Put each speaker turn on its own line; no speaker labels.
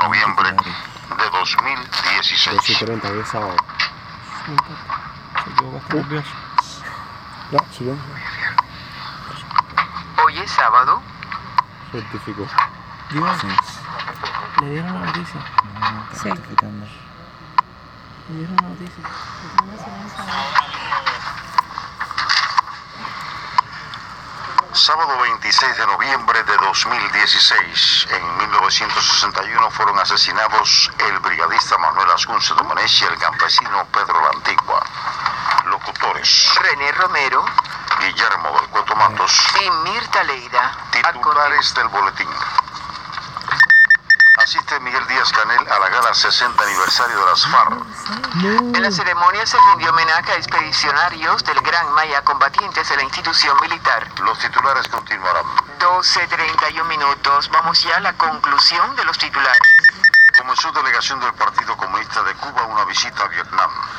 noviembre de 2016.
12.30, hoy es sábado. Ya, silencio.
Hoy es sábado.
Científico.
Dios,
Sí,
le dieron la noticia.
no, no, está
Sí.
notificando.
Le dieron la noticia.
Sábado 26 de noviembre de 2016, en 1961 fueron asesinados el brigadista Manuel Ascunce Domenech y el campesino Pedro la Antigua. Locutores,
René Romero
Guillermo del Cueto Matos,
y Mirta Leida.
titulares del boletín. Asiste Miguel Díaz Canel a la gala 60 aniversario de las FARC.
En la ceremonia se rindió homenaje a expedicionarios del Gran Maya combatientes de la institución militar.
Los titulares continuarán.
12.31 minutos. Vamos ya a la conclusión de los titulares.
Comenzó delegación del Partido Comunista de Cuba una visita a Vietnam.